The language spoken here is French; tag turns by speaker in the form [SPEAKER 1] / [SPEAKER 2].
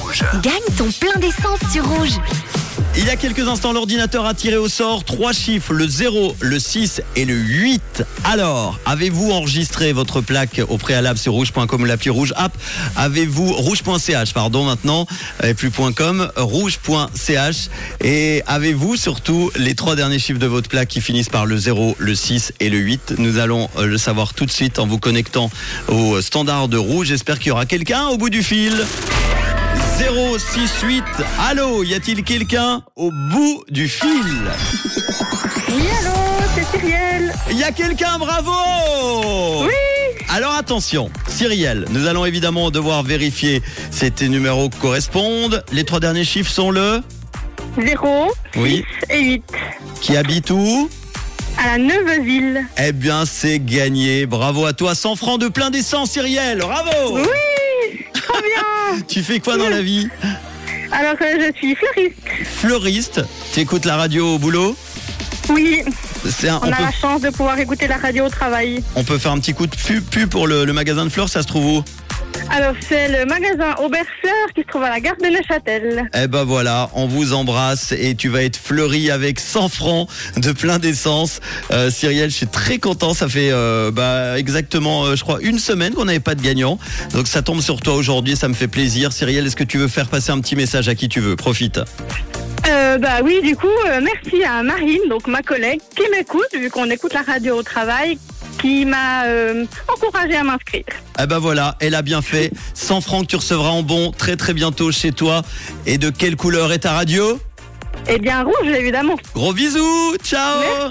[SPEAKER 1] Rouge.
[SPEAKER 2] Gagne ton plein d'essence sur rouge.
[SPEAKER 3] Il y a quelques instants, l'ordinateur a tiré au sort trois chiffres, le 0, le 6 et le 8. Alors, avez-vous enregistré votre plaque au préalable sur rouge.com ou l'appli rouge app Avez-vous rouge.ch, pardon maintenant, et plus .com, rouge.ch Et avez-vous surtout les trois derniers chiffres de votre plaque qui finissent par le 0, le 6 et le 8 Nous allons euh, le savoir tout de suite en vous connectant au standard de rouge. J'espère qu'il y aura quelqu'un au bout du fil. 068. Allô, y a-t-il quelqu'un au bout du fil
[SPEAKER 4] Oui, allô, c'est Cyrielle.
[SPEAKER 3] Y a quelqu'un, bravo Oui alors attention, Cyrielle, nous allons évidemment devoir vérifier si tes numéros correspondent. Les trois derniers chiffres sont le
[SPEAKER 4] 0
[SPEAKER 3] Oui.
[SPEAKER 4] et 8.
[SPEAKER 3] Qui habite où
[SPEAKER 4] À la Neuveville.
[SPEAKER 3] Eh bien c'est gagné. Bravo à toi, 100 francs de plein d'essence, Cyrielle. Bravo
[SPEAKER 4] Oui, trop bien.
[SPEAKER 3] Tu fais quoi dans la vie
[SPEAKER 4] Alors, euh, je suis fleuriste.
[SPEAKER 3] Fleuriste, tu écoutes la radio au boulot
[SPEAKER 4] Oui,
[SPEAKER 3] C'est un-
[SPEAKER 4] on,
[SPEAKER 3] on
[SPEAKER 4] a
[SPEAKER 3] peut-
[SPEAKER 4] la chance de pouvoir écouter la radio au travail.
[SPEAKER 3] On peut faire un petit coup de pu- pub pour le, le magasin de fleurs, ça se trouve où
[SPEAKER 4] Alors, c'est le magasin Aubert Fleurs qui se trouve à la gare de Neuchâtel.
[SPEAKER 3] Eh ben voilà, on vous embrasse et tu vas être fleuri avec 100 francs de plein d'essence. Euh, Cyrielle, je suis très content, ça fait euh, bah, exactement, euh, je crois, une semaine qu'on n'avait pas de gagnant. Donc ça tombe sur toi aujourd'hui, ça me fait plaisir. Cyrielle, est-ce que tu veux faire passer un petit message à qui tu veux Profite.
[SPEAKER 4] Euh, bah oui, du coup, euh, merci à Marine, donc ma collègue, qui m'écoute, vu qu'on écoute la radio au travail, qui m'a euh, encouragée à m'inscrire.
[SPEAKER 3] Eh ben voilà, elle a bien fait. 100 francs que tu recevras en bon très très bientôt chez toi. Et de quelle couleur est ta radio
[SPEAKER 4] Eh bien, rouge, évidemment.
[SPEAKER 3] Gros bisous, ciao
[SPEAKER 4] Merci.